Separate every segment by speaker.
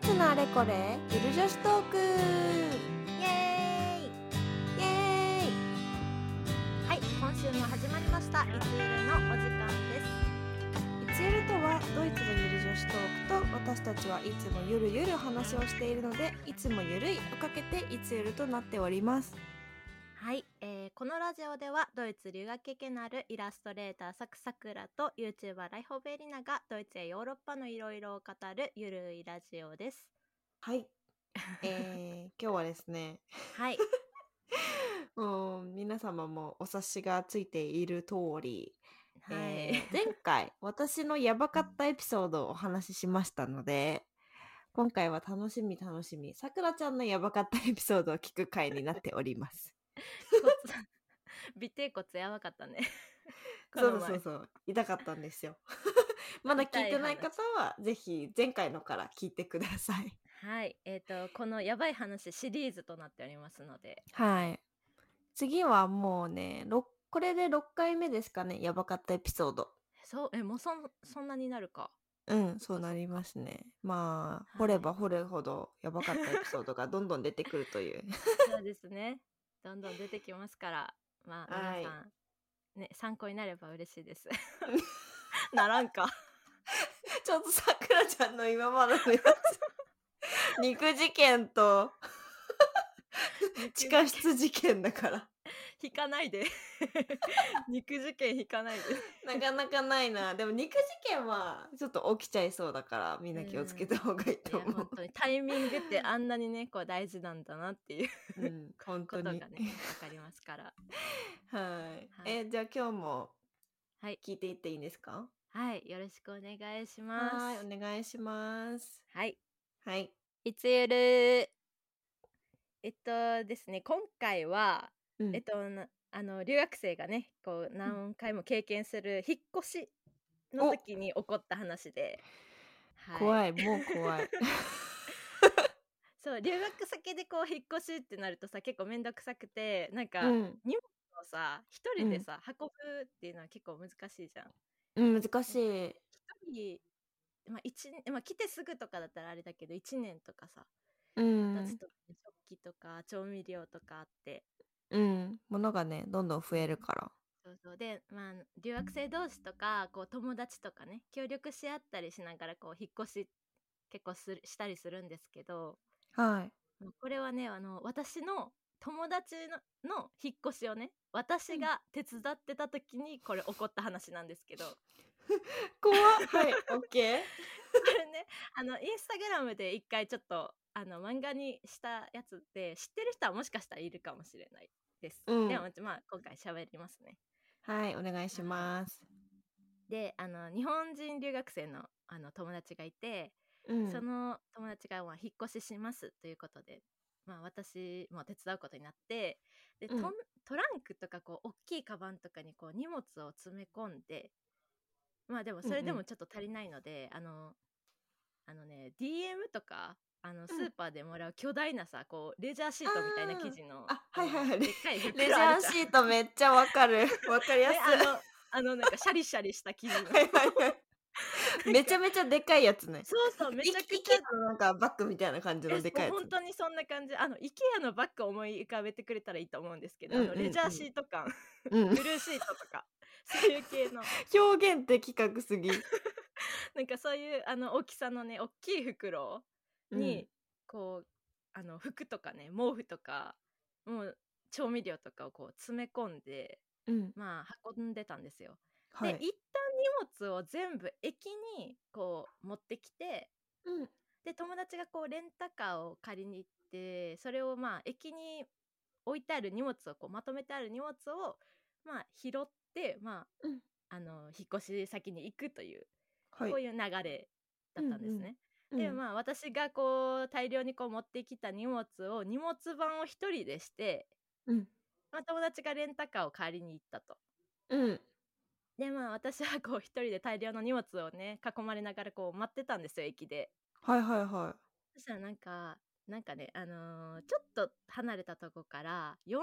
Speaker 1: ツのあれこれゆる女子トークイエーイイエー
Speaker 2: はい、今週も始まりました。いつゆるのお時間です。
Speaker 1: イいつゆるとはドイツのゆる女子トークと私たちはいつもゆるゆる話をしているのでいつもゆるいをかけていつゆるとなっております
Speaker 2: はい、えーこのラジオではドイツ留学経験のあるイラストレーターサクサクラと YouTuber ライホベリナがドイツやヨーロッパのいろいろを語るゆるいラジオです。
Speaker 1: はいえー、 今日はですね
Speaker 2: はい、
Speaker 1: うん皆様もお察しがついている通り、
Speaker 2: はい、
Speaker 1: えー前回私のやばかったエピソードをお話ししましたので今回は楽しみ楽しみさくらちゃんのやばかったエピソードを聞く回になっております
Speaker 2: 尾てい骨やばかった ね。
Speaker 1: そう
Speaker 2: この
Speaker 1: そう
Speaker 2: 前
Speaker 1: そうそう痛かったんですよ まだ聞いてない方はぜひ前回のから聞いてください
Speaker 2: はい、えっ、とこのやばい話シリーズとなっておりますので、
Speaker 1: はい次はもうねろっこれで6回目ですかねやばかったエピソード
Speaker 2: そうえもうそんそんなになるか。
Speaker 1: うん、そうなりますね。まあ、掘れば掘るほどやばかったエピソードがどんどん出てくるという。
Speaker 2: そうですね。どんどん出てきますから、まあ、
Speaker 1: はい
Speaker 2: 皆さん、ね、参考になれば嬉し いです。ならんか。
Speaker 1: ちょっとさくらちゃんの今までのやつ。肉事件と 地下室事件だから。
Speaker 2: 引かないで。 肉事件引かないで。
Speaker 1: なかなかないな。でも肉事件はちょっと起きちゃいそうだから、みんな気をつけた方がいい
Speaker 2: い
Speaker 1: と
Speaker 2: や、
Speaker 1: 思
Speaker 2: 本
Speaker 1: う。
Speaker 2: 当にタイミングってあんなにね、こう大事なんだなっていう
Speaker 1: うん、本
Speaker 2: こ
Speaker 1: 当
Speaker 2: とが
Speaker 1: に。
Speaker 2: ね、わかりますから。
Speaker 1: はい。え、じゃあ今日も
Speaker 2: はい。
Speaker 1: 聞いていっていいんですか
Speaker 2: はい。よろしくお願いします。
Speaker 1: はい、お願いします。
Speaker 2: はい。
Speaker 1: はい。
Speaker 2: いつゆる。えっとですね、今回は、
Speaker 1: うん
Speaker 2: えっと、なあの留学生がねこう何回も経験する引っ越しの
Speaker 1: お
Speaker 2: 時に起こった話で、は
Speaker 1: 怖い、もう 怖い。
Speaker 2: そう留学先でこう引っ越しってなるとさ結構面倒くさくてなんか、
Speaker 1: うん、
Speaker 2: さ一人でさ、運ぶっていうのは結構難しいじゃん。
Speaker 1: うん、難しい。
Speaker 2: 一人まあ一年まあ、来てすぐとかだったらあれだけど1年とかさ
Speaker 1: う
Speaker 2: 経つ
Speaker 1: ん、
Speaker 2: と食器とか調味料とかあって
Speaker 1: うん、物がね、どんどん増えるから。
Speaker 2: そうそうで、まあ、留学生同士とかこう友達とかね協力し合ったりしながらこう引っ越し結構するしたりするんですけど
Speaker 1: はい。
Speaker 2: もうこれはねあの私の友達のの引っ越しをね私が手伝ってた時にこれ起こった話なんですけど こ
Speaker 1: 怖っはい、オッケー。
Speaker 2: れねあのインスタグラムで一回ちょっとあの漫画にしたやつで知ってる人はもしかしたらいるかもしれないです。
Speaker 1: うん
Speaker 2: でもまあ今回喋りますね。
Speaker 1: はい、お願いします。
Speaker 2: であの日本人留学生のあの友達がいて、
Speaker 1: うん、
Speaker 2: その友達がまあ引っ越ししますということで、まあ、私も手伝うことになってで、トン
Speaker 1: うん
Speaker 2: トランクとかこう大きいカバンとかにこう荷物を詰め込んでまあでもそれで
Speaker 1: うんう
Speaker 2: も
Speaker 1: ん
Speaker 2: ちょっと足りないので、あのあのね DM とかあのスーパーでもらう巨大なさ、こうレジャーシートみたいな生地の
Speaker 1: あーあはいはいはい
Speaker 2: のでっかい袋
Speaker 1: レジャ
Speaker 2: あ
Speaker 1: ー
Speaker 2: るじゃん
Speaker 1: シートめっちゃわか る。わかりやす
Speaker 2: で
Speaker 1: い。
Speaker 2: あのあのなんかシャリシャリした生地の
Speaker 1: はいはいはい。めちゃめちゃでかいやつね。
Speaker 2: そうそうめちゃくちゃ
Speaker 1: いいのなんかバッグみたいな感じのでかい
Speaker 2: え
Speaker 1: や
Speaker 2: そう
Speaker 1: つ
Speaker 2: 本。当にそんな感じあの IKEA のバッグを思い浮かべてくれたらいいと思うんですけど、
Speaker 1: うんうん
Speaker 2: あのレジャーシート 感、
Speaker 1: うん、
Speaker 2: ブルーシートとかそういう系 の
Speaker 1: 表現的企画すぎ。
Speaker 2: なんかそういうあの大きさのね大きい袋 に、こうあの服とかね毛布とかもう調味料とかをこう詰め込んで
Speaker 1: うん、うん、
Speaker 2: まあ運んでたんですよ。
Speaker 1: は
Speaker 2: で
Speaker 1: い。
Speaker 2: 一旦荷物を全部駅にこう持ってきて
Speaker 1: うん、
Speaker 2: で友達がこうレンタカーを借りに行ってそれをまあ駅に置いてある荷物をこうまとめてある荷物をまあ拾ってまあ、
Speaker 1: うん
Speaker 2: あの引っ越し先に行くという、
Speaker 1: はい。
Speaker 2: こういう流れだったんですね。で
Speaker 1: うん
Speaker 2: まあ私がこう大量にこう持ってきた荷物を荷物番を一人でして、
Speaker 1: うん、
Speaker 2: まあ、友達がレンタカーを借りに行ったと。
Speaker 1: うん、
Speaker 2: でまあ私はこう一人で大量の荷物をね囲まれながらこう待ってたんですよ駅で。
Speaker 1: はいはいは
Speaker 2: そしたらなんか、なんかね、あのーちょっと離れたとこから、40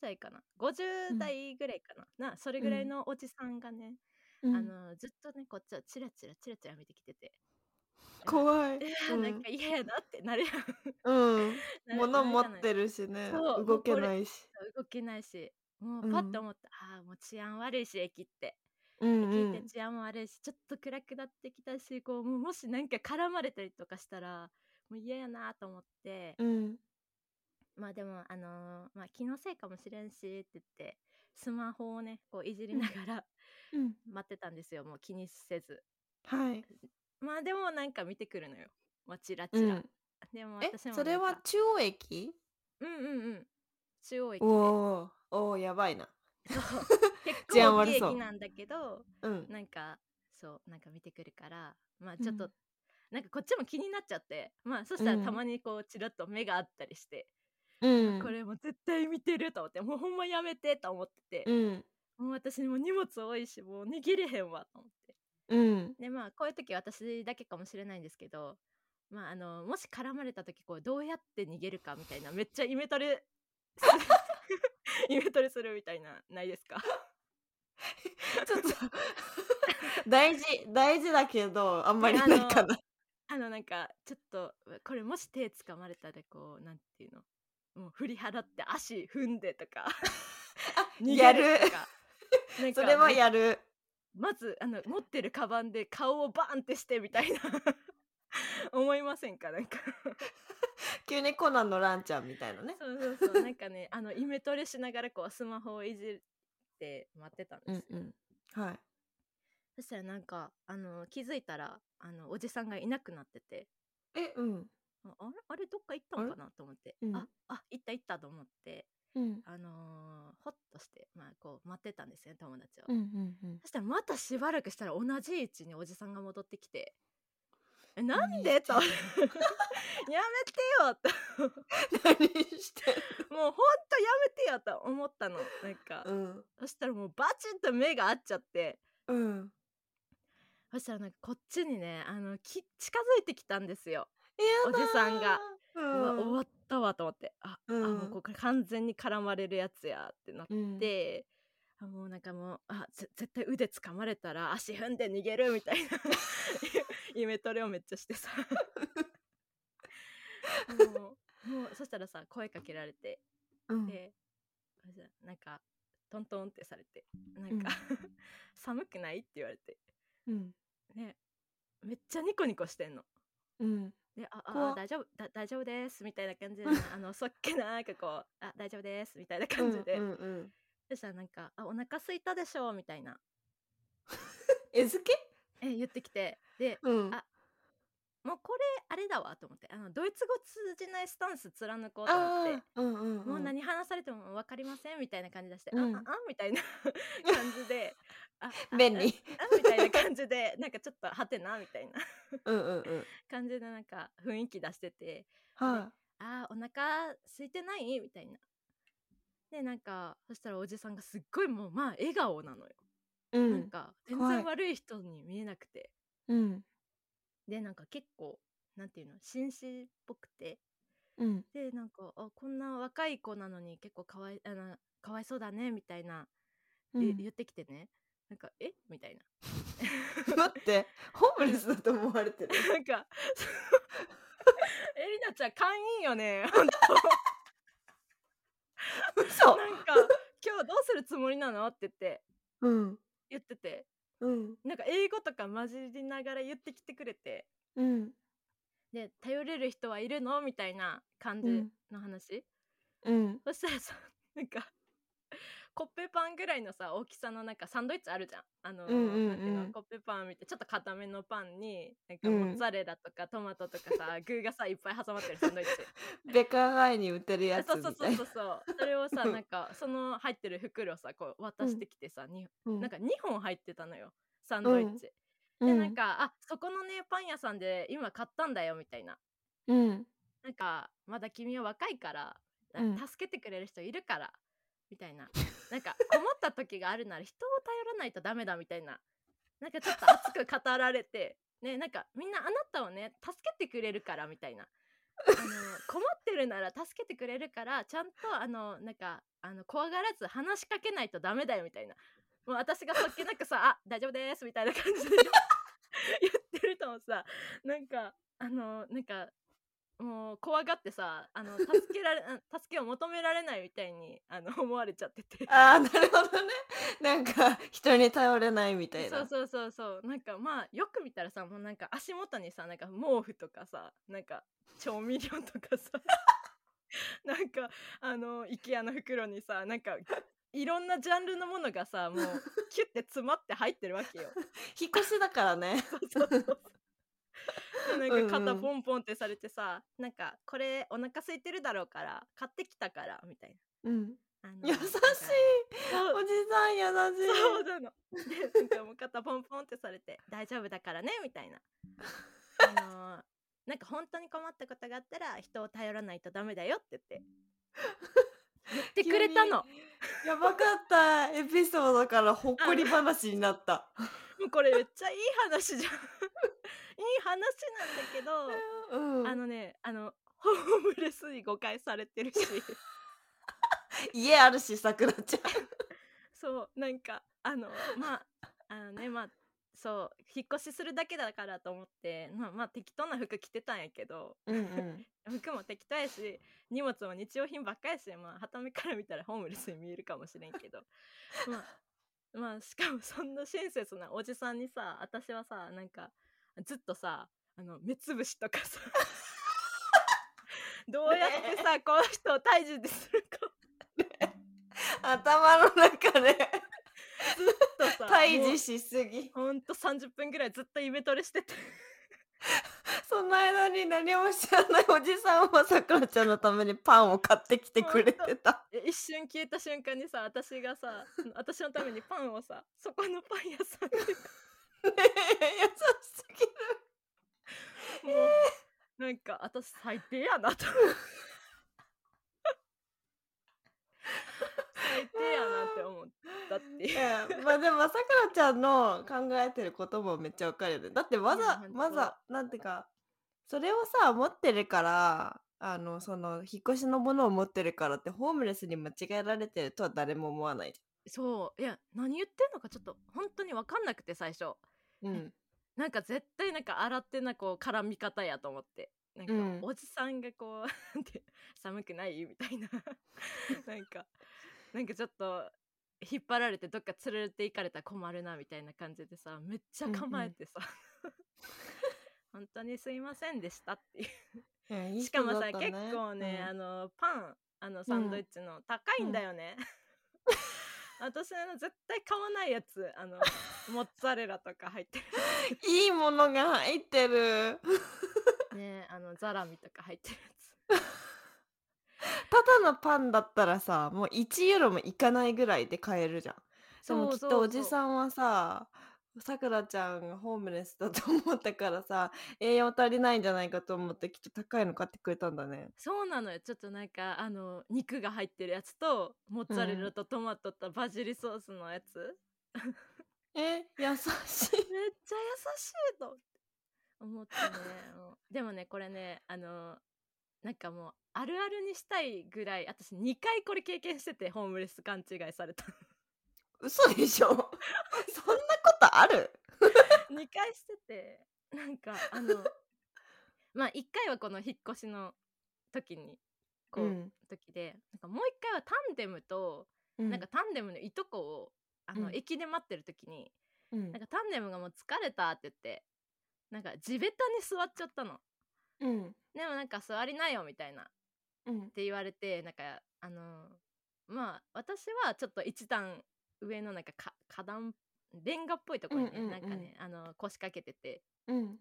Speaker 2: 代かな ?50 代ぐらいかな、な、それぐらいのおじさんがね、
Speaker 1: い。うん
Speaker 2: あのーずっとね、こっちをチラチラチラチラ見てきてて。
Speaker 1: 怖い。
Speaker 2: いや
Speaker 1: うん
Speaker 2: なんか嫌やなってなるやん
Speaker 1: うん。
Speaker 2: なる
Speaker 1: 物持っ
Speaker 2: なるじゃない
Speaker 1: てるしね。
Speaker 2: そう
Speaker 1: 動けないし。
Speaker 2: 動けないしも
Speaker 1: う
Speaker 2: うんパッと思った、ああもう治安悪いし駅って
Speaker 1: うんう
Speaker 2: 駅って
Speaker 1: ん。
Speaker 2: 治安も悪いしちょっと暗くなってきたしこうもうもしなんか絡まれたりとかしたらもう嫌やなと思って、
Speaker 1: うん。
Speaker 2: まあでもあのーまあ気のせいかもしれんしって言ってスマホをねこういじりながら
Speaker 1: うん。
Speaker 2: 待ってたんですよもう気にせず
Speaker 1: はい。
Speaker 2: まあでもなんか見てくるのよまあチラチ
Speaker 1: う
Speaker 2: ラ、
Speaker 1: ん。
Speaker 2: でも
Speaker 1: え
Speaker 2: 私、も
Speaker 1: それ
Speaker 2: なん
Speaker 1: は
Speaker 2: か
Speaker 1: 中央駅
Speaker 2: うんうんうん中央駅で
Speaker 1: おおーおーやばいな。
Speaker 2: そう結
Speaker 1: 治安
Speaker 2: 構大
Speaker 1: 悪
Speaker 2: きい
Speaker 1: そう
Speaker 2: 駅なんだけど
Speaker 1: うん。
Speaker 2: なんかそうなんか見てくるからまあちょっと、
Speaker 1: うん
Speaker 2: なんかこっちも気になっちゃってまあそしたら
Speaker 1: うん
Speaker 2: たまにこうチラッと目があったりして、
Speaker 1: うん。
Speaker 2: これもう絶対見てると思ってもうほんまやめてと思って
Speaker 1: う
Speaker 2: て、
Speaker 1: ん。
Speaker 2: もう私もう荷物多いしもう逃げれへんわと思って
Speaker 1: うん。
Speaker 2: でまあこういう時私だけかもしれないんですけどまああのもし絡まれた時こうどうやって逃げるかみたいなめっちゃイメトレすイメトレするみ たいなないですか
Speaker 1: ちょっと大事大事だけどあんまりないかな。
Speaker 2: あのなんかちょっとこれもし手掴まれたらこうなんていうのもう振り払って足踏んでとか 逃
Speaker 1: や
Speaker 2: げ
Speaker 1: る
Speaker 2: とかなんか
Speaker 1: それは
Speaker 2: も
Speaker 1: やる。
Speaker 2: うまずあの持ってるカバンで顔をバーンってしてみたいな 思いませんかなんか
Speaker 1: 急にコナンのランちゃんみたいなね。
Speaker 2: そうそうそうなんかねあ のイメトレしながらこうスマホをいじって待ってたんです
Speaker 1: う
Speaker 2: よ、
Speaker 1: んうん。はい。
Speaker 2: そしたらなんかあの気づいたらあのおじさんがいなくなってて
Speaker 1: えうん
Speaker 2: ああれあれどっか行ったのかなと思って
Speaker 1: うん
Speaker 2: ああ行った行ったと思って
Speaker 1: うん
Speaker 2: あのーほっとして、まあ、こう待ってたんですよね友達を、
Speaker 1: うんうん うん。
Speaker 2: そしたらまたしばらくしたら同じ位置におじさんが戻ってきて「えな
Speaker 1: 何
Speaker 2: ん
Speaker 1: 言
Speaker 2: で?」
Speaker 1: って
Speaker 2: と
Speaker 1: ん
Speaker 2: 「や
Speaker 1: の
Speaker 2: めてよ」
Speaker 1: 何して
Speaker 2: ともうほんとやめてよと思ったのなんか、
Speaker 1: うん
Speaker 2: そしたらもうバチッと目が合っちゃって
Speaker 1: うん。
Speaker 2: そしたらなんかこっちにねあのき近づいてきたんですよ、
Speaker 1: やだー
Speaker 2: おじさんが。
Speaker 1: う
Speaker 2: うわ終
Speaker 1: ん
Speaker 2: わったわと思ってあ、
Speaker 1: うん
Speaker 2: あもうこれ完全に絡まれるやつやってなって
Speaker 1: うん。
Speaker 2: で、あもうなんかもうあぜ絶対腕掴まれたら足踏んで逃げるみた いな夢トレをめっちゃしてさもうもうそしたらさ声かけられて
Speaker 1: うん
Speaker 2: でなんかトントンってされてなんか、 寒くない?」って言われて
Speaker 1: うん
Speaker 2: ねめっちゃニコニコしてんの。
Speaker 1: うん
Speaker 2: で、あ、
Speaker 1: 怖
Speaker 2: あ
Speaker 1: っ
Speaker 2: 大丈夫、だ大丈夫です、みたいな感じでね、あの、そっけなくこう、あ、大丈夫です、みたいな感じで、
Speaker 1: うんうんうん
Speaker 2: そしたらなんか、あ、お腹空いたでしょ、みたいな、
Speaker 1: 餌付け？
Speaker 2: え言ってきてで
Speaker 1: うん
Speaker 2: あもうこれあれだわと思ってあのドイツ語通じないスタンス貫こうと思って
Speaker 1: あ。ーうんうんん
Speaker 2: もう何話されても分かりませんみたいな感じ出して、
Speaker 1: うん
Speaker 2: あああみたいな感じでああ
Speaker 1: 便利
Speaker 2: ああみたいな感じでなんかちょっとはてなみたいな
Speaker 1: うんうんうん
Speaker 2: 感じでなんか雰囲気出してて
Speaker 1: は
Speaker 2: あお腹空いてないみたいなでなんかそしたらおじさんがすっごいもうまあ笑顔なのよ、
Speaker 1: い。う
Speaker 2: なん
Speaker 1: ん
Speaker 2: か全
Speaker 1: 怖い
Speaker 2: 然悪い人に見えなくて
Speaker 1: うん
Speaker 2: でなんか結構なんていうの紳士っぽくて
Speaker 1: うん
Speaker 2: でなんかあこんな若い子なのに結構かわいあのかわいそうだねみたいな、
Speaker 1: う
Speaker 2: で
Speaker 1: ん。
Speaker 2: 言ってきてねなんかえみたい
Speaker 1: 待ってホームレスだと思われてる。
Speaker 2: ななんかそう えりなちゃん勘いいよねほんと
Speaker 1: 嘘。
Speaker 2: なんか今日どうするつもりなのって言って
Speaker 1: うん
Speaker 2: 言ってて
Speaker 1: うん
Speaker 2: なんか英語とか混じりながら言ってきてくれて
Speaker 1: うん
Speaker 2: で頼れる人はいるのみたいな感
Speaker 1: う
Speaker 2: じ
Speaker 1: ん
Speaker 2: の話、
Speaker 1: うん
Speaker 2: そしたらさなんかコッペパンぐらいのさ大きさのなんかサンドイッチあるじゃんあの、
Speaker 1: うんうんうん
Speaker 2: なんていうのコッペパンみたいなちょっと固めのパンになんか
Speaker 1: うん
Speaker 2: モッツァレラとかトマトとかさ、具がさいっぱい挟まってるサンドイッチ
Speaker 1: ベカガイに売ってるやつ
Speaker 2: そう
Speaker 1: み
Speaker 2: そうそ
Speaker 1: た
Speaker 2: う
Speaker 1: い
Speaker 2: そうそうそれをさ
Speaker 1: うん
Speaker 2: なんかその入ってる袋をさこう渡してきてさ、に
Speaker 1: な。
Speaker 2: なんか2本入ってたのよサンドイッチ、
Speaker 1: う
Speaker 2: でなんかあそこのねパン屋さんで今買ったんだよみたいな
Speaker 1: うん
Speaker 2: なんかまだ君は若いから、あ
Speaker 1: うん
Speaker 2: 助けてくれる人いるからみたいななんか困った時があるなら人を頼らないとダメだみたいななんかちょっと熱く語られてねなんかみんなあなたをね助けてくれるからみたいな。あの困ってるなら助けてくれるからちゃんとあのなんかあの怖がらず話しかけないとダメだよみたいなもう私がそっけなくさ「あ大丈夫です」みたいな感じで 言ってると人もさなんかあのなんかもう怖がってさあの助けられあ助けを求められないみたいにあの思われちゃっ てて
Speaker 1: ああ、なるほどね。なんか、人に頼れないみたいな。
Speaker 2: そうそうそうそうなんかまあよく見たらさもうなんか足元にさなんか毛布とかさなんか調味料とかさ なんかあの IKEA の袋にさなんかいろんなジャンルのものがさもうキュッて詰まって入ってるわけよ。
Speaker 1: 引っ越しだからね。
Speaker 2: そうそうそう でなんか
Speaker 1: うんう
Speaker 2: 肩
Speaker 1: ん
Speaker 2: ポンポンってされてさ、なんかこれお腹空いてるだろうから買ってきたからみたい
Speaker 1: うん。
Speaker 2: な。あの
Speaker 1: 優しい。
Speaker 2: そう
Speaker 1: おじさん優しい。
Speaker 2: そう なの。で、なんかもう肩ポンポンってされて、大丈夫だからね、みたいな。あのーなんか本当に困ったことがあったら、人を頼らないとダメだよって 言って。言ってくれたの。も
Speaker 1: やばかったエピソードからほっこり話になった。
Speaker 2: うこれめっちゃいい話じゃん。いい 話なんだけど、
Speaker 1: うん。
Speaker 2: あのね、あの、ホームレスに誤解され てるし、
Speaker 1: 家あるし、さくらちゃん。
Speaker 2: そう、なんか、あの、まあ、あのね、まあ、そう、引っ越しするだけだからと思って、まあ、まあ、適当な服着てたんやけど、
Speaker 1: うんうん。
Speaker 2: 服も適当やし荷物も日用品ばっかりやしまあはためから見たらホームレスに見えるかもしれんけどまあまあしかもそんな親切なおじさんにさ私はさなんかずっとさあの目つぶしとか さどうやってさ、この人を退治にするか
Speaker 1: 頭の中で
Speaker 2: とさ
Speaker 1: 退治
Speaker 2: し
Speaker 1: しすぎ。
Speaker 2: ほんと30分ぐらいずっとイメトレしてて
Speaker 1: その間に何も知らないおじさんはさくらちゃんのためにパンを買ってきてくれてた。
Speaker 2: 一瞬消えた瞬間にさ私がさ私のためにパンをさそこのパン屋さんに
Speaker 1: ねえ 優しすぎる。
Speaker 2: もう、なんか私最低やな と最低やなって思ったって
Speaker 1: い
Speaker 2: いう
Speaker 1: やまあでもさくらちゃんの考えてることもめっちゃわかるよねだってわ
Speaker 2: いや
Speaker 1: ざ
Speaker 2: ほんと
Speaker 1: わざなんていうかそれをさ持ってるからあのその引っ越しのものを持ってるからってホームレスに間違えられてるとは誰も思わないじ
Speaker 2: そういや何言ってんのかちょっと本当に分かんなくて最初
Speaker 1: ゃん。うん、
Speaker 2: なんか絶対なんか洗ってなこう絡み方やと思ってなんか
Speaker 1: うん
Speaker 2: おじさんがこう なんて寒くないみたいな なんかなんかちょっと引っ張られてどっか連れて行かれたら困るなみたいな感じでさめっちゃ構えてさ、 本当にすいませんでしたっていう
Speaker 1: い や
Speaker 2: しかもさ、結構ね、あ
Speaker 1: の
Speaker 2: のパンあのサンドイッチの、高いんだよね、 私あの絶対買わないやつあのモッツァレラとか入ってる
Speaker 1: いいものが入ってる
Speaker 2: ねあのザラミとか入ってるや
Speaker 1: ただのパンだったらさもう1ユーロもいかないぐらいで買えるじゃん。
Speaker 2: つ
Speaker 1: でもきっとおじ
Speaker 2: ん
Speaker 1: さんはささくらちゃんがホームレスだと思ったからさ栄養足りないんじゃないかと思ってきっと高いの買ってくれたんだね。
Speaker 2: そうなのよちょっとなんかあの肉が入ってるやつとモッツァレラとトマトとバジルソースのやつ、
Speaker 1: え優しい。
Speaker 2: めっちゃ優しいと思ってねもうでもねこれねあのなんかもうあるあるにしたいぐらい私2回これ経験しててホームレス勘違いされ た
Speaker 1: 嘘で しょそんなことある
Speaker 2: 2回しててなんかあの まあ1回はこの引っ越しの時にこう、
Speaker 1: ん
Speaker 2: 時でなんかもう1回はタンデムと、
Speaker 1: うん
Speaker 2: なんか、タンデムのいとこをあの、
Speaker 1: うん
Speaker 2: 駅で待ってる時に
Speaker 1: うん
Speaker 2: なんかタンデムがもう疲れたって言ってなんか地べたに座っちゃったの。
Speaker 1: うん
Speaker 2: でもなんか座りなよみたいなっ
Speaker 1: うん
Speaker 2: て言われてなんかあのーまあ私はちょっと一段上のなんかか花壇レンガっぽいところにね、
Speaker 1: うんうんうん
Speaker 2: なんかねあのー腰掛けてて
Speaker 1: うん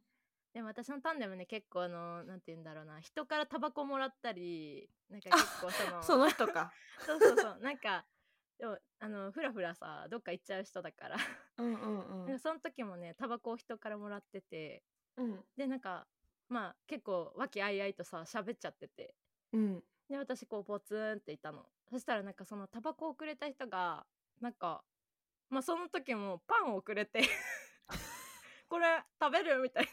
Speaker 2: でも私のタンデムね結構あのーなんて言うんだろうな人からタバコもらったりなんか結構その
Speaker 1: その人か。
Speaker 2: そうそうそう なんかでもあのーふらふらさどっか行っちゃう人だから、
Speaker 1: うんうんう
Speaker 2: なん
Speaker 1: ん
Speaker 2: かその時もねタバコを人からもらってて
Speaker 1: うん
Speaker 2: でなんかまあ結構和気あいあいとさ喋っちゃってて
Speaker 1: うん
Speaker 2: で私こうポツンっていたのそしたらなんかそのタバコをくれた人がなんかまあその時もパンをくれてこれ食べるみたいな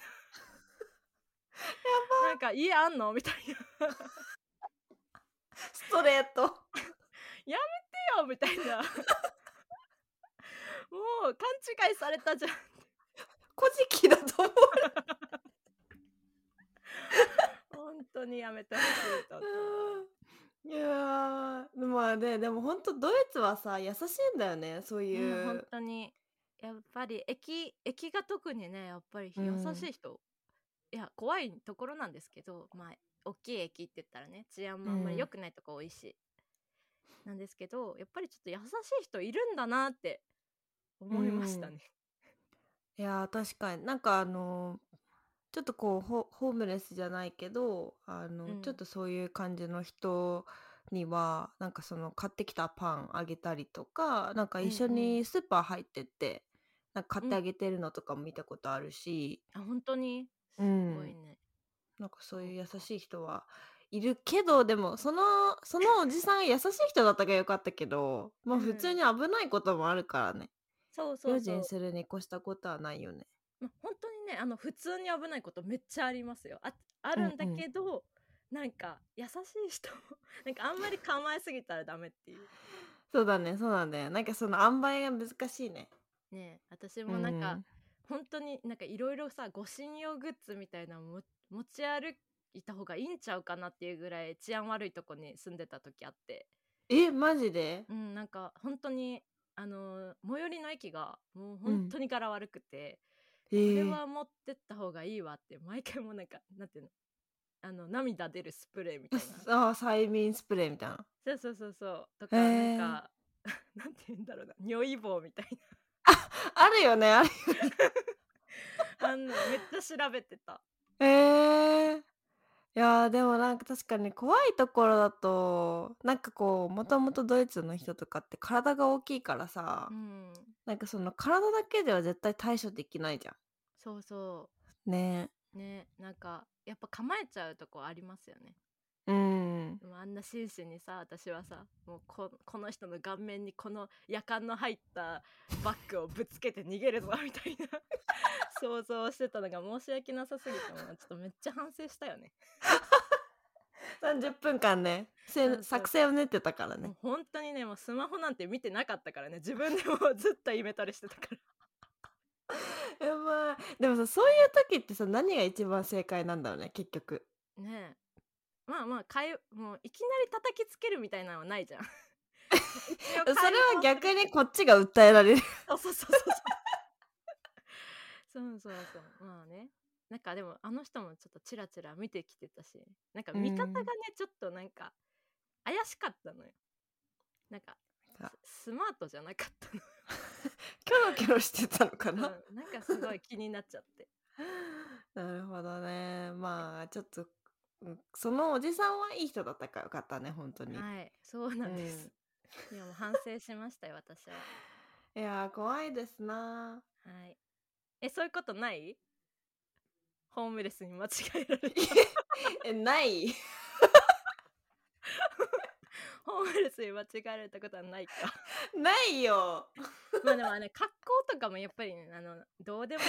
Speaker 2: なんか家あんのみたいな
Speaker 1: ストレート。
Speaker 2: よみたいなもう勘違いされたじゃん
Speaker 1: 古事記だと思う。
Speaker 2: 本当にやめてほしいと思う。
Speaker 1: いやーまあねでも本当ドイツはさ優しいんだよねそういう、
Speaker 2: うん本当にやっぱり駅駅が特にねやっぱり優しい人、いや怖いところなんですけどまあ大きい駅って言ったらね治安もあんま
Speaker 1: う
Speaker 2: り
Speaker 1: ん
Speaker 2: 良くないとこ多いし、なんですけどやっぱりちょっと優しい人いるんだなって思いましたね。
Speaker 1: いやー確かになんかあのーちょっとこうホホームレスじゃないけどあの、
Speaker 2: うん
Speaker 1: ちょっとそういう感じの人にはなんかその買ってきたパンあげたりとかなんか一緒
Speaker 2: うんう
Speaker 1: にスーパー入ってって、なんか買ってあげてるのとかも見たことあるし、
Speaker 2: あ本当に
Speaker 1: う
Speaker 2: すごい
Speaker 1: ん
Speaker 2: ね。
Speaker 1: なんかそういう優しい人はいるけどでもその そのおじさんが優しい人だったからよかったけどまあ
Speaker 2: うん
Speaker 1: 普通に危ないこともあるからね、
Speaker 2: そうそう
Speaker 1: 用
Speaker 2: そう。
Speaker 1: 心するに越したことはないよね。
Speaker 2: まあ、本当にねあの普通に危ないことめっちゃありますよああるんだけど、なんか優しい人 なんかあんまり構えすぎたらダメっていう
Speaker 1: そうだね、そうなんだよ。なんかその塩梅が難しいね。
Speaker 2: ねえ私もなんか、
Speaker 1: うん
Speaker 2: 本当になんかいろいろさ護身用グッズみたいなのも持ち歩いた方がいいんちゃうかなっていうぐらい治安悪いとこに住んでた時あって
Speaker 1: え、マジで
Speaker 2: うんなんか本当にあのー最寄りの駅がもう本当に柄悪く
Speaker 1: え
Speaker 2: て、これ
Speaker 1: ー、
Speaker 2: は持ってった方がいいわって毎回もうなんかなんていうのあの涙出るスプレー みたい な
Speaker 1: ああ、催眠スプレーみたいな。
Speaker 2: そうそうそうそうとか
Speaker 1: へ
Speaker 2: な
Speaker 1: ー
Speaker 2: んか、 なんて言うんだろうな匂い棒みたい
Speaker 1: あるよね、あるよ。
Speaker 2: な あのめっちゃ調べてた
Speaker 1: えー。いやーでもなんか確かに怖いところだとなんかこうもともとドイツの人とかって体が大きいからさ、
Speaker 2: うん
Speaker 1: なんかその体だけでは絶対対処できないじゃ
Speaker 2: そうそ
Speaker 1: ん。ね
Speaker 2: うねなんかやっぱ構えちゃうとこありますよね
Speaker 1: うん
Speaker 2: でもあんな真摯にさ私はさもうここの人の顔面にこの夜間の入ったバッグをぶつけて逃げるぞみたい な想像をしてたのが申し訳なさすぎてもうちょ っとめっちゃ反省したよね
Speaker 1: 30分間ねせ
Speaker 2: そうそう
Speaker 1: 作戦を練ってたから
Speaker 2: も
Speaker 1: ね
Speaker 2: う本当にねもうスマホなんて見てなかったからね自分でもうずっとイメトレしてたから
Speaker 1: やばいでもさそういう時ってさ何が一番正解なんだろうね結局
Speaker 2: ねえまあまあかいもういきなり叩きつけるみたいなのはないじ ゃん一応
Speaker 1: それ
Speaker 2: 会話をす
Speaker 1: は
Speaker 2: る
Speaker 1: 逆にこっちが訴えられる。
Speaker 2: そうそうそうそうそうそうそうそうまあねなんかでもあの人もちょっとチラチラ見てきてたしなんか見方がね
Speaker 1: うん
Speaker 2: ちょっとなんか怪しかったのよなんか
Speaker 1: なんか
Speaker 2: ススマートじゃなかったの
Speaker 1: キョロキョロしてたのかな、
Speaker 2: うんなんかすごい気になっちゃって
Speaker 1: なるほどね。まあ、ちょっと、うんそのおじさんはいい人だったからよかったね、本当に。
Speaker 2: はい そうなんです、いやもう反省しましたよ私は
Speaker 1: うんいやー、怖いですな
Speaker 2: はいえそういうことないホームレスに間違えられ た
Speaker 1: ー。え、ない
Speaker 2: ホームレスに間違えられたことはないか
Speaker 1: ないよ。
Speaker 2: まあでもあれ格好とかもやっぱりねあのどうでも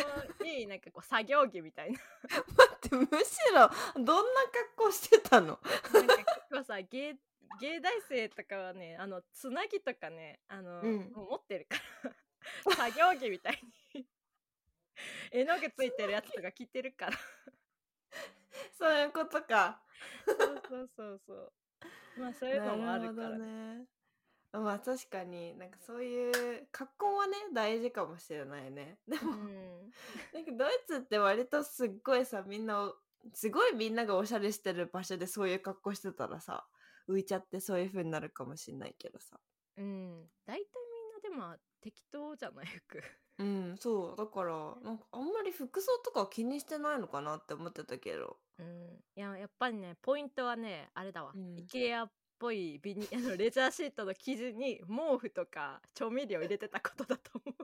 Speaker 2: いいなんかこう作業着みたいな
Speaker 1: 待って、むしろ、どんな格好してたの
Speaker 2: なんか結構さ芸芸大生とかはねあのつなぎとかねあの、
Speaker 1: うん
Speaker 2: もう持ってるから 作業着みたいに 絵の具ついてるやつとか着てるから
Speaker 1: そういうことか。
Speaker 2: そうそうそうそうまあそういうのもあるか
Speaker 1: な
Speaker 2: ら、
Speaker 1: ほど
Speaker 2: ね、
Speaker 1: ね。まあ確かになんかそういう格好はね大事かもしれないね。で
Speaker 2: う
Speaker 1: も
Speaker 2: ん
Speaker 1: なんかドイツって割とすっごいさみんなおすごいみんながおしゃれしてる場所でそういう格好してたらさ浮いちゃってそういう風になるかもしんないけどさ
Speaker 2: うん大体みんなでも適当じゃない服
Speaker 1: うんそうだからなんかあんまり服装とかは気にしてないのかなって思ってたけど
Speaker 2: うん、いややっぱりねポイントはねあれだわ、
Speaker 1: うん
Speaker 2: IKEA っぽいビニあ のレジャーシートの生地に毛布とか調味料入れてたことだと思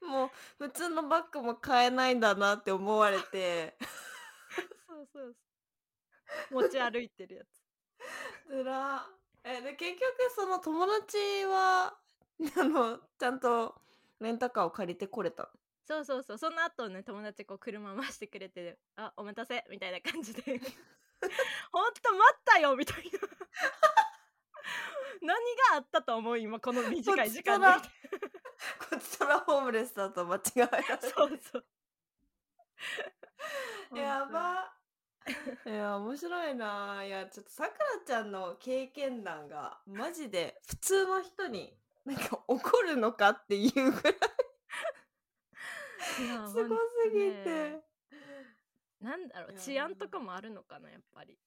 Speaker 2: う
Speaker 1: もう普通のバッグも買えないんだなって思われて
Speaker 2: そうそうそう持ち歩いてるやつ
Speaker 1: つらえで結局その友達は あのちゃんとレンタカーを借りてこれた
Speaker 2: そうそうそうその後ね友達こう車回してくれてあお待たせみたいな感 じでほんと待ったよみたいな何があったと思う今この短い時間で
Speaker 1: こっちからこちとらホームレスだと間違えられて
Speaker 2: そうそう
Speaker 1: やばいや、面白いなあ。いや、ちょっとさくらちゃんの経験談が、マジで普通の人に、なんか怒るのかっていうぐらい
Speaker 2: いや
Speaker 1: すごすぎ
Speaker 2: ほんと
Speaker 1: て
Speaker 2: ね。なんだろ
Speaker 1: いうや
Speaker 2: 治安とかもあるのかなやっぱり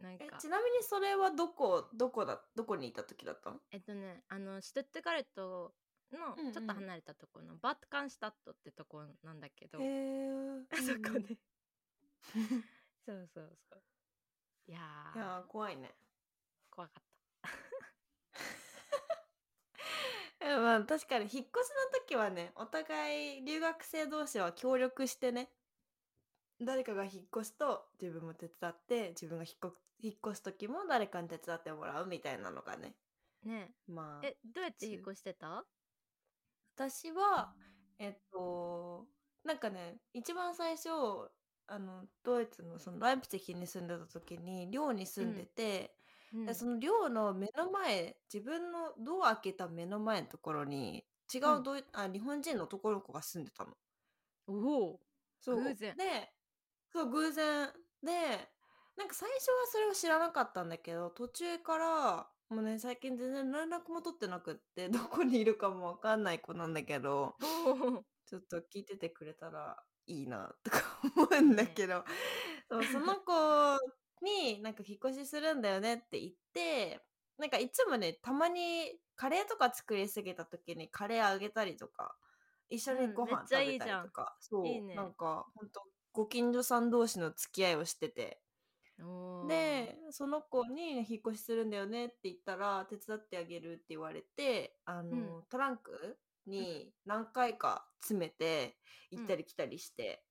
Speaker 2: なんか
Speaker 1: えちなみにそれはどこ、どこだ、どこにいた時だったの
Speaker 2: えっとねあのシュトゥットガルト
Speaker 1: うんう
Speaker 2: の
Speaker 1: ん
Speaker 2: ちょっと離れたところのバートカンシュタットってとこなんだけど、
Speaker 1: へえ。
Speaker 2: あ そこ
Speaker 1: うん
Speaker 2: ねそうそうそういや
Speaker 1: い
Speaker 2: ー
Speaker 1: やー、怖いね。
Speaker 2: 怖かっ
Speaker 1: いやまあ、確かに引っ越しの時はね、お互い留学生同士は協力してね、誰かが引っ越すと自分も手伝って、自分が引っ越引っ越す時も誰かに手伝ってもらうみたいなのがね、
Speaker 2: たね
Speaker 1: まあ
Speaker 2: え、えどうやって引っ越してた
Speaker 1: 私は、えっと、なんかね、一番最初、あの、ドイツのそのライプツィヒに住んでた時に、寮に住んでて、
Speaker 2: うん
Speaker 1: でその寮の目の前、自分のドア開けた目の前のところに、違うドイ、あ日本人の男の子が住んでたの。
Speaker 2: お お
Speaker 1: そう
Speaker 2: 偶然
Speaker 1: でそう偶然でなんか最初はそれを知らなかったんだけど途中からもうね最近全然連絡も取ってなくってどこにいるかもわかんない子なんだけど
Speaker 2: お
Speaker 1: ちょっと聞いててくれたらいいなとか 思うんだけど、そうその子になんか引っ越しするんだよねって言ってなんかいつもねたまにカレーとか作りすぎた時にカレーあげたりとか一緒
Speaker 2: う
Speaker 1: に
Speaker 2: ん
Speaker 1: ご
Speaker 2: めっ
Speaker 1: 飯
Speaker 2: ちゃ
Speaker 1: 食
Speaker 2: い
Speaker 1: べ
Speaker 2: い
Speaker 1: た
Speaker 2: じ
Speaker 1: り
Speaker 2: ゃん
Speaker 1: とか、そう
Speaker 2: いいね
Speaker 1: なんか本当ご近所さん同士の付き合いをしてて
Speaker 2: おー
Speaker 1: でその子に「引っ越しするんだよね」って言ったら「手伝ってあげる」って言われてあの、
Speaker 2: うん
Speaker 1: トランクに何回か詰めて
Speaker 2: うん
Speaker 1: 行ったり来たりして、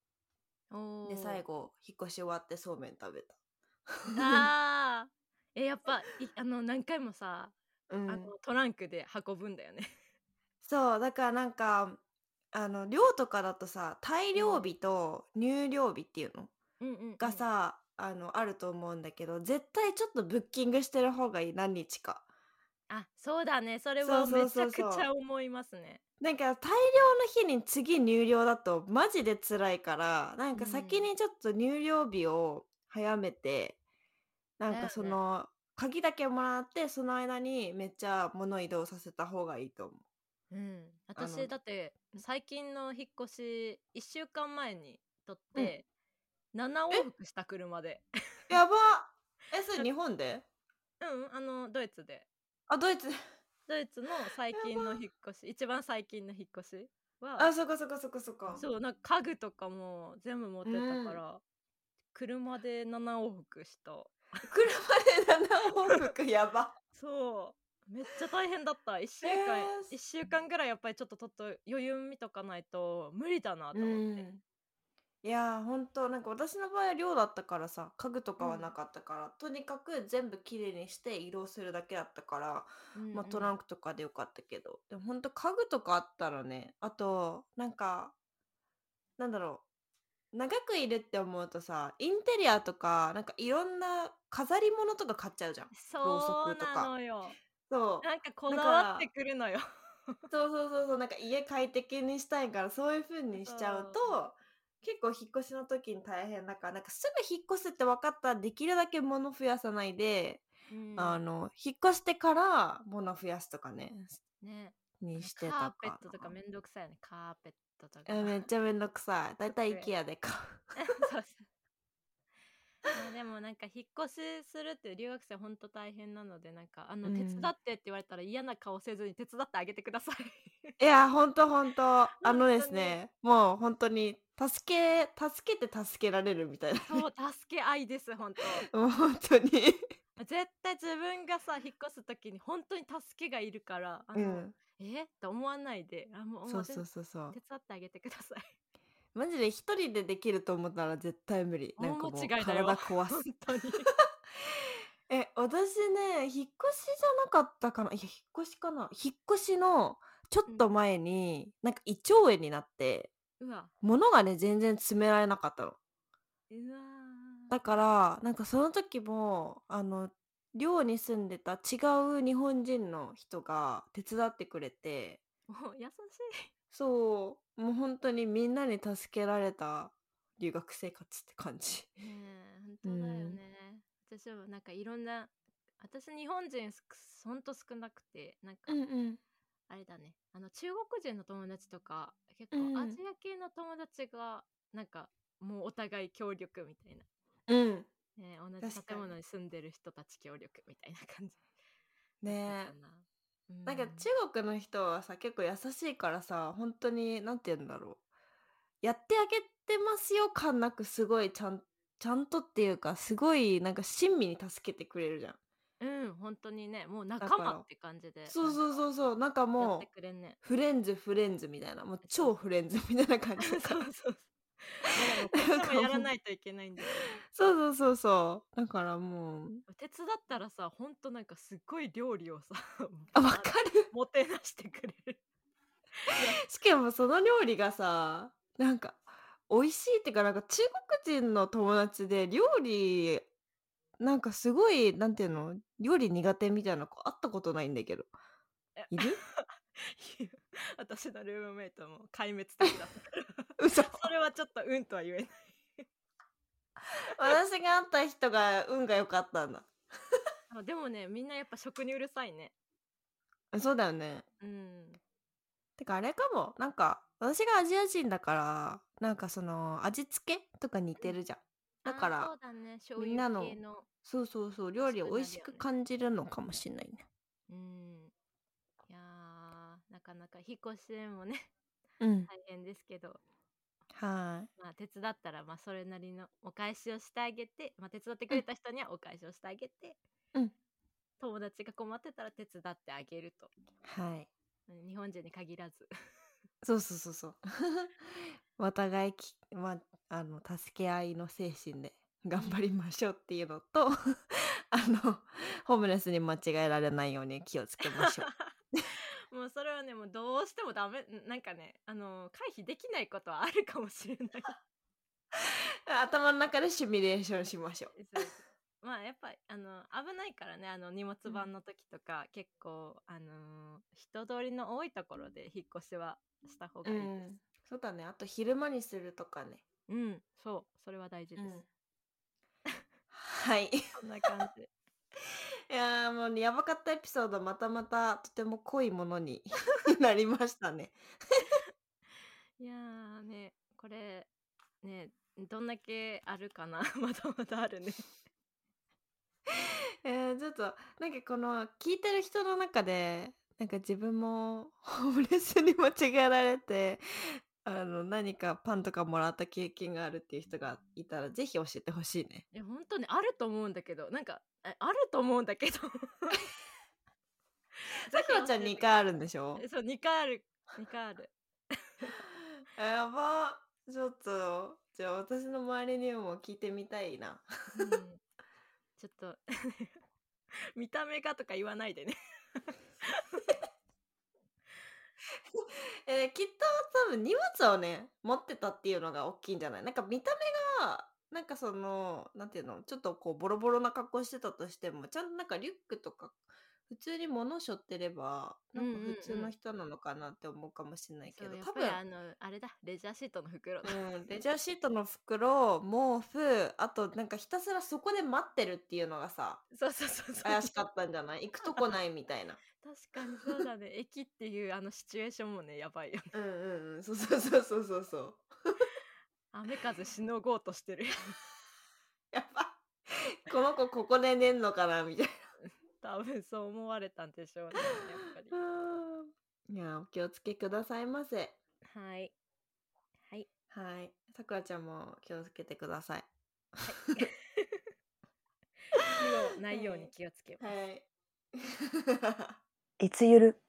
Speaker 2: お
Speaker 1: で
Speaker 2: ー
Speaker 1: 最後引っ越し終わってそうめん食べた。
Speaker 2: あーえやっぱいあの何回もさ、
Speaker 1: うん
Speaker 2: あのトランクで運ぶんだよね
Speaker 1: そうだからなんかあの寮とかだとさ大量日と入寮日っていうの
Speaker 2: うんうんうん
Speaker 1: がさ、あのあると思うんだけど絶対ちょっとブッキングしてる方がいい何日か。
Speaker 2: あそうだねそれ
Speaker 1: そ
Speaker 2: は
Speaker 1: うそ
Speaker 2: め
Speaker 1: う
Speaker 2: ち
Speaker 1: そ
Speaker 2: ゃ
Speaker 1: う
Speaker 2: く
Speaker 1: そう
Speaker 2: ちゃ思いますね
Speaker 1: なんか大量の日に次入寮だとマジで辛いからなんか先
Speaker 2: うん
Speaker 1: にちょっと入寮日を早めて、なん
Speaker 2: だよ
Speaker 1: か
Speaker 2: ね
Speaker 1: その、鍵だけもらってその間にめっちゃ物移動させた方がいいと思
Speaker 2: うん
Speaker 1: あの
Speaker 2: 私だって最近の引っ越し1週間前に取って、7往復した車で
Speaker 1: う。やばえそれ日本で
Speaker 2: うんあのドイツで
Speaker 1: あドイツ
Speaker 2: ドイツの最近の引っ越し一番最近の引っ越し
Speaker 1: あ
Speaker 2: は
Speaker 1: そっかそっかそっかそっか。
Speaker 2: そうなんか家具とかも全部持ってたから、車で7往復した
Speaker 1: 車で7往復やば。
Speaker 2: そうめっちゃ大変だった1週間、
Speaker 1: えー
Speaker 2: 一週間ぐらいやっぱりちょっとちょっと余裕見とかないと無理だなと
Speaker 1: う
Speaker 2: 思って、
Speaker 1: んいやーほんとなんか私の場合は寮だったからさ家具とかはなかったから、とにかく全部きれいにして移動するだけだったから、まあ、トラン
Speaker 2: ク
Speaker 1: クとかでよかったけどでもほんと家具とかあったらねあとなんかなんだろう長くいるって思うとさインテリアとかなんかいろんな飾り物とか買っちゃうじゃん。
Speaker 2: そ
Speaker 1: ろう
Speaker 2: う
Speaker 1: そくとか
Speaker 2: なのよ
Speaker 1: そう
Speaker 2: なんかこだわってくるのよ
Speaker 1: そうそうそうそうなんか家快適にしたいからそういう風にしちゃうと結構引っ越しの時に大変だからなんかすぐ引っ越すって分かったらできるだけ物増やさないで、あの引っ越してから物増やすとかね
Speaker 2: ね
Speaker 1: にしてた
Speaker 2: カ
Speaker 1: か
Speaker 2: ーペ
Speaker 1: な
Speaker 2: ットとかめんどくさいよねカーペットとか
Speaker 1: えめっちゃめんどくさいだいたい
Speaker 2: だって
Speaker 1: IKEA で買
Speaker 2: そうそうまあでもなんか引っ越しするって留学生ほんと大変なのでなんかあの、
Speaker 1: うん
Speaker 2: 手伝ってって言われたら嫌な顔せずに手伝ってあげてく ださい
Speaker 1: ういやほんとほん とあのです
Speaker 2: 本当に
Speaker 1: ねもう本当に助け助けて助けられるみたいな
Speaker 2: そう助け合いですほんと
Speaker 1: もう本当に
Speaker 2: 絶対自分がさ引っ越す時に本当に助けがいるからあ
Speaker 1: う
Speaker 2: の、
Speaker 1: ん
Speaker 2: えって思わないであもう
Speaker 1: そう
Speaker 2: 全
Speaker 1: そうそうそう
Speaker 2: 手伝ってあげてください
Speaker 1: マジで一人でできると思ったら絶対無理。なんかもう
Speaker 2: 大間違いだよ
Speaker 1: 体壊す
Speaker 2: 本。当に
Speaker 1: え、私ね、引っ越しじゃなかったかな。いや、引っ越しかな。引っ越しのちょっと前に、なんか胃腸炎になって、
Speaker 2: うわ
Speaker 1: 物がね、全然詰められなかったの。
Speaker 2: うわー
Speaker 1: だから、なんかその時も、あの、寮に住んでた違う日本人の人が手伝ってくれて、
Speaker 2: もう優し
Speaker 1: そう、もう本当にみんなに助けられた留学生活って感じ。
Speaker 2: いねえ本当だよね、私はなんかいろんな私日本人すくほんと少なくてなんか、
Speaker 1: うんうん
Speaker 2: あれだねあの中国人の友達とか結
Speaker 1: うん
Speaker 2: 構アジア系の友達がなんかもうお互い協力みたいな
Speaker 1: うん
Speaker 2: ね、同じ
Speaker 1: 確か
Speaker 2: 建
Speaker 1: に
Speaker 2: 物に住んでる人たち協力みたいな感じ
Speaker 1: ね
Speaker 2: だっ
Speaker 1: え
Speaker 2: たな。う
Speaker 1: なんか中国の人はさ結構優しいからさ本当に何て言うんだろうやってあげてますよ感なくすごいちゃんちゃんとっていうかすごいなんか親身に助けてくれるじゃん。
Speaker 2: うん、本当にね、もう
Speaker 1: から
Speaker 2: 仲間って感じで。
Speaker 1: そうそうそう
Speaker 2: う。
Speaker 1: そうなんか
Speaker 2: やっ
Speaker 1: も
Speaker 2: て
Speaker 1: う
Speaker 2: くれんね。
Speaker 1: フレンズフレンズみたいなもう超フレンズ みたいな感じ
Speaker 2: そ
Speaker 1: で
Speaker 2: う
Speaker 1: さ
Speaker 2: そうそう。だからもうこっちもやらないといけないんだよね。
Speaker 1: そうそうそうそうだからもう
Speaker 2: 手伝ったらさ、本当なんかすっごい料理をさ、
Speaker 1: あわかる
Speaker 2: もてなしてくれる。
Speaker 1: しかもその料理がさなんか美味しいっていうかなんか中国人の友達で料理なんかすごいなんていうの料理苦手みたいな子会ったことないんだけど
Speaker 2: え
Speaker 1: いる
Speaker 2: 私のルームメイトも壊滅的だったから。
Speaker 1: 嘘
Speaker 2: それはちょっとうんとは言えない。
Speaker 1: 私が会った人が運が良かったんだ
Speaker 2: あでもね、みんなやっぱ食にうるさいね。
Speaker 1: そうだよね
Speaker 2: うん。
Speaker 1: てかあれかもなんか私がアジア人だからなんかその味付けとか似てるじゃんだか
Speaker 2: あー
Speaker 1: ら
Speaker 2: そうだね醤
Speaker 1: みんな
Speaker 2: 油
Speaker 1: の
Speaker 2: 系の
Speaker 1: そうそうそう料理を美味し
Speaker 2: 少
Speaker 1: く
Speaker 2: ないよね
Speaker 1: 感じるのかもしれないね
Speaker 2: うんいやーなかなか引っ越しもね
Speaker 1: うん
Speaker 2: 大変ですけど、
Speaker 1: はい
Speaker 2: まあ、手伝ったらまあそれなりのお返しをしてあげて、まあ、手伝ってくれた人にはお返しをしてあげて、
Speaker 1: うん
Speaker 2: 友達が困ってたら手伝ってあげると
Speaker 1: はい
Speaker 2: うん日本人に限らず
Speaker 1: そうそうそう そう。お互いき、ま、あの助け合いの精神で頑張りましょうっていうのと あのホームレスに間違えられないように気をつけましょう。
Speaker 2: もうそれはねもうどうしてもダメなんかねあのー回避できないことはあるかもしれない
Speaker 1: 頭の中でシミュレーションしましょう。
Speaker 2: そうそう まあやっぱあの危ないからねあの荷物番の時とか、結構あのー人通りの多いところで引っ越しはした方がいいです。
Speaker 1: そうだね。あと昼間にするとかね。
Speaker 2: うん、そうそれは大事です。
Speaker 1: はい。
Speaker 2: そんな感じ。
Speaker 1: いやーもうねやばかったエピソードまたまたとても濃いものに なりましたね。
Speaker 2: いやーねこれねどんだけあるかな まだまだ あるね。
Speaker 1: えー、ちょっとなんかこの聞いてる人の中でなんか自分も ホームレスに間違えられてあの何かパンとかもらった経験があるっていう人がいたらぜひ教えてほしい ね。
Speaker 2: いや本当にあると思うんだけどなんかえあると思うんだけど。
Speaker 1: さくらちゃん2回あるんでしょ
Speaker 2: え そう2回ある2回ある。
Speaker 1: やばちょっとじゃあ私の周りにも聞いてみたいな。
Speaker 2: うんちょっと 見た目がとか言わないで ね
Speaker 1: えーきっと多分荷物をね持ってたっていうのが大きいんじゃないなんか見た目がなんかそのなんていうのちょっとこうボロボロな格好してたとしてもちゃんとなんかリュックとか普通に物背負ってればなんか
Speaker 2: うんうんうん
Speaker 1: 普通の人なのかなって思うかもしれないけ
Speaker 2: そう
Speaker 1: ど、
Speaker 2: やっ
Speaker 1: 多
Speaker 2: ぱ
Speaker 1: 分
Speaker 2: りあのあれだレジャーシートの袋だ、
Speaker 1: うん、レジャーシートの袋毛布あとなんかひたすらそこで待ってるっていうのがさ
Speaker 2: そうそうそうそう
Speaker 1: 怪しかったんじゃない行くとこないみた いな。
Speaker 2: 確かにそうだね 駅っていうあのシチュエーションもねやばいよね
Speaker 1: うんうんうんそうそうそうそうそうそう。
Speaker 2: 雨風しのごうとしてる
Speaker 1: やっぱこの子ここで寝んのかなみたいな。
Speaker 2: 多分そう思われたんでしょうねやっぱり
Speaker 1: あーいやーお気をつけくださいませ
Speaker 2: はい はい
Speaker 1: はいさくらちゃんも気をつけてください
Speaker 2: 火をないように気をつけます、
Speaker 1: はい
Speaker 3: いつゆる。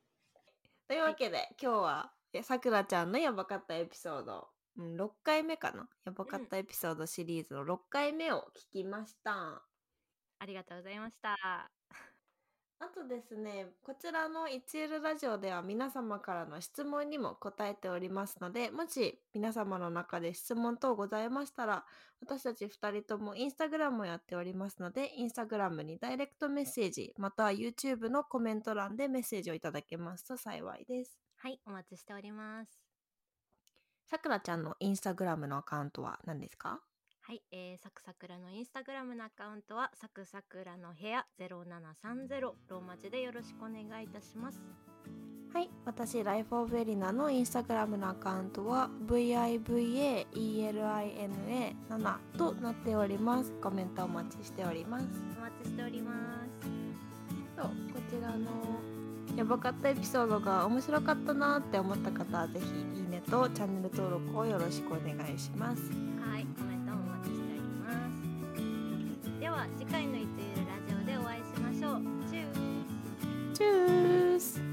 Speaker 1: というわけで今日はいやさくらちゃんのやばかったエピソード、うん、6回目かなやばかったエピソードシリーズの6回目を聞きました、
Speaker 2: ありがとうございました
Speaker 1: あとですね、こちらのいちゆるラジオでは皆様からの質問にも答えておりますので、もし皆様の中で質問等ございましたら、私たち2人ともインスタグラムをやっておりますので、インスタグラムにダイレクトメッセージ、または YouTube のコメント欄でメッセージをいただけますと幸いです。
Speaker 2: はいお待ちしております
Speaker 1: さくらちゃんのインスタグラムのアカウントは何ですか
Speaker 2: ははい、えー、サクサクラのインスタグラムのアカウントはサクサクラの部屋0730ローマ字でよろしくお願いいたします
Speaker 1: はい、私ライフオブエリナのインスタグラムのアカウントは vivaelina7 となっております。コメントお待ちしております。
Speaker 2: お待ちしております
Speaker 1: そうこちらのやばかったエピソードが面白かったなって思った方はぜひいいねとチャンネル登録をよろしくお願いします。
Speaker 2: はい、コメントもお待ちしておりますでは次回のいつゆるラジオでお会いしましょうチュー
Speaker 1: チュース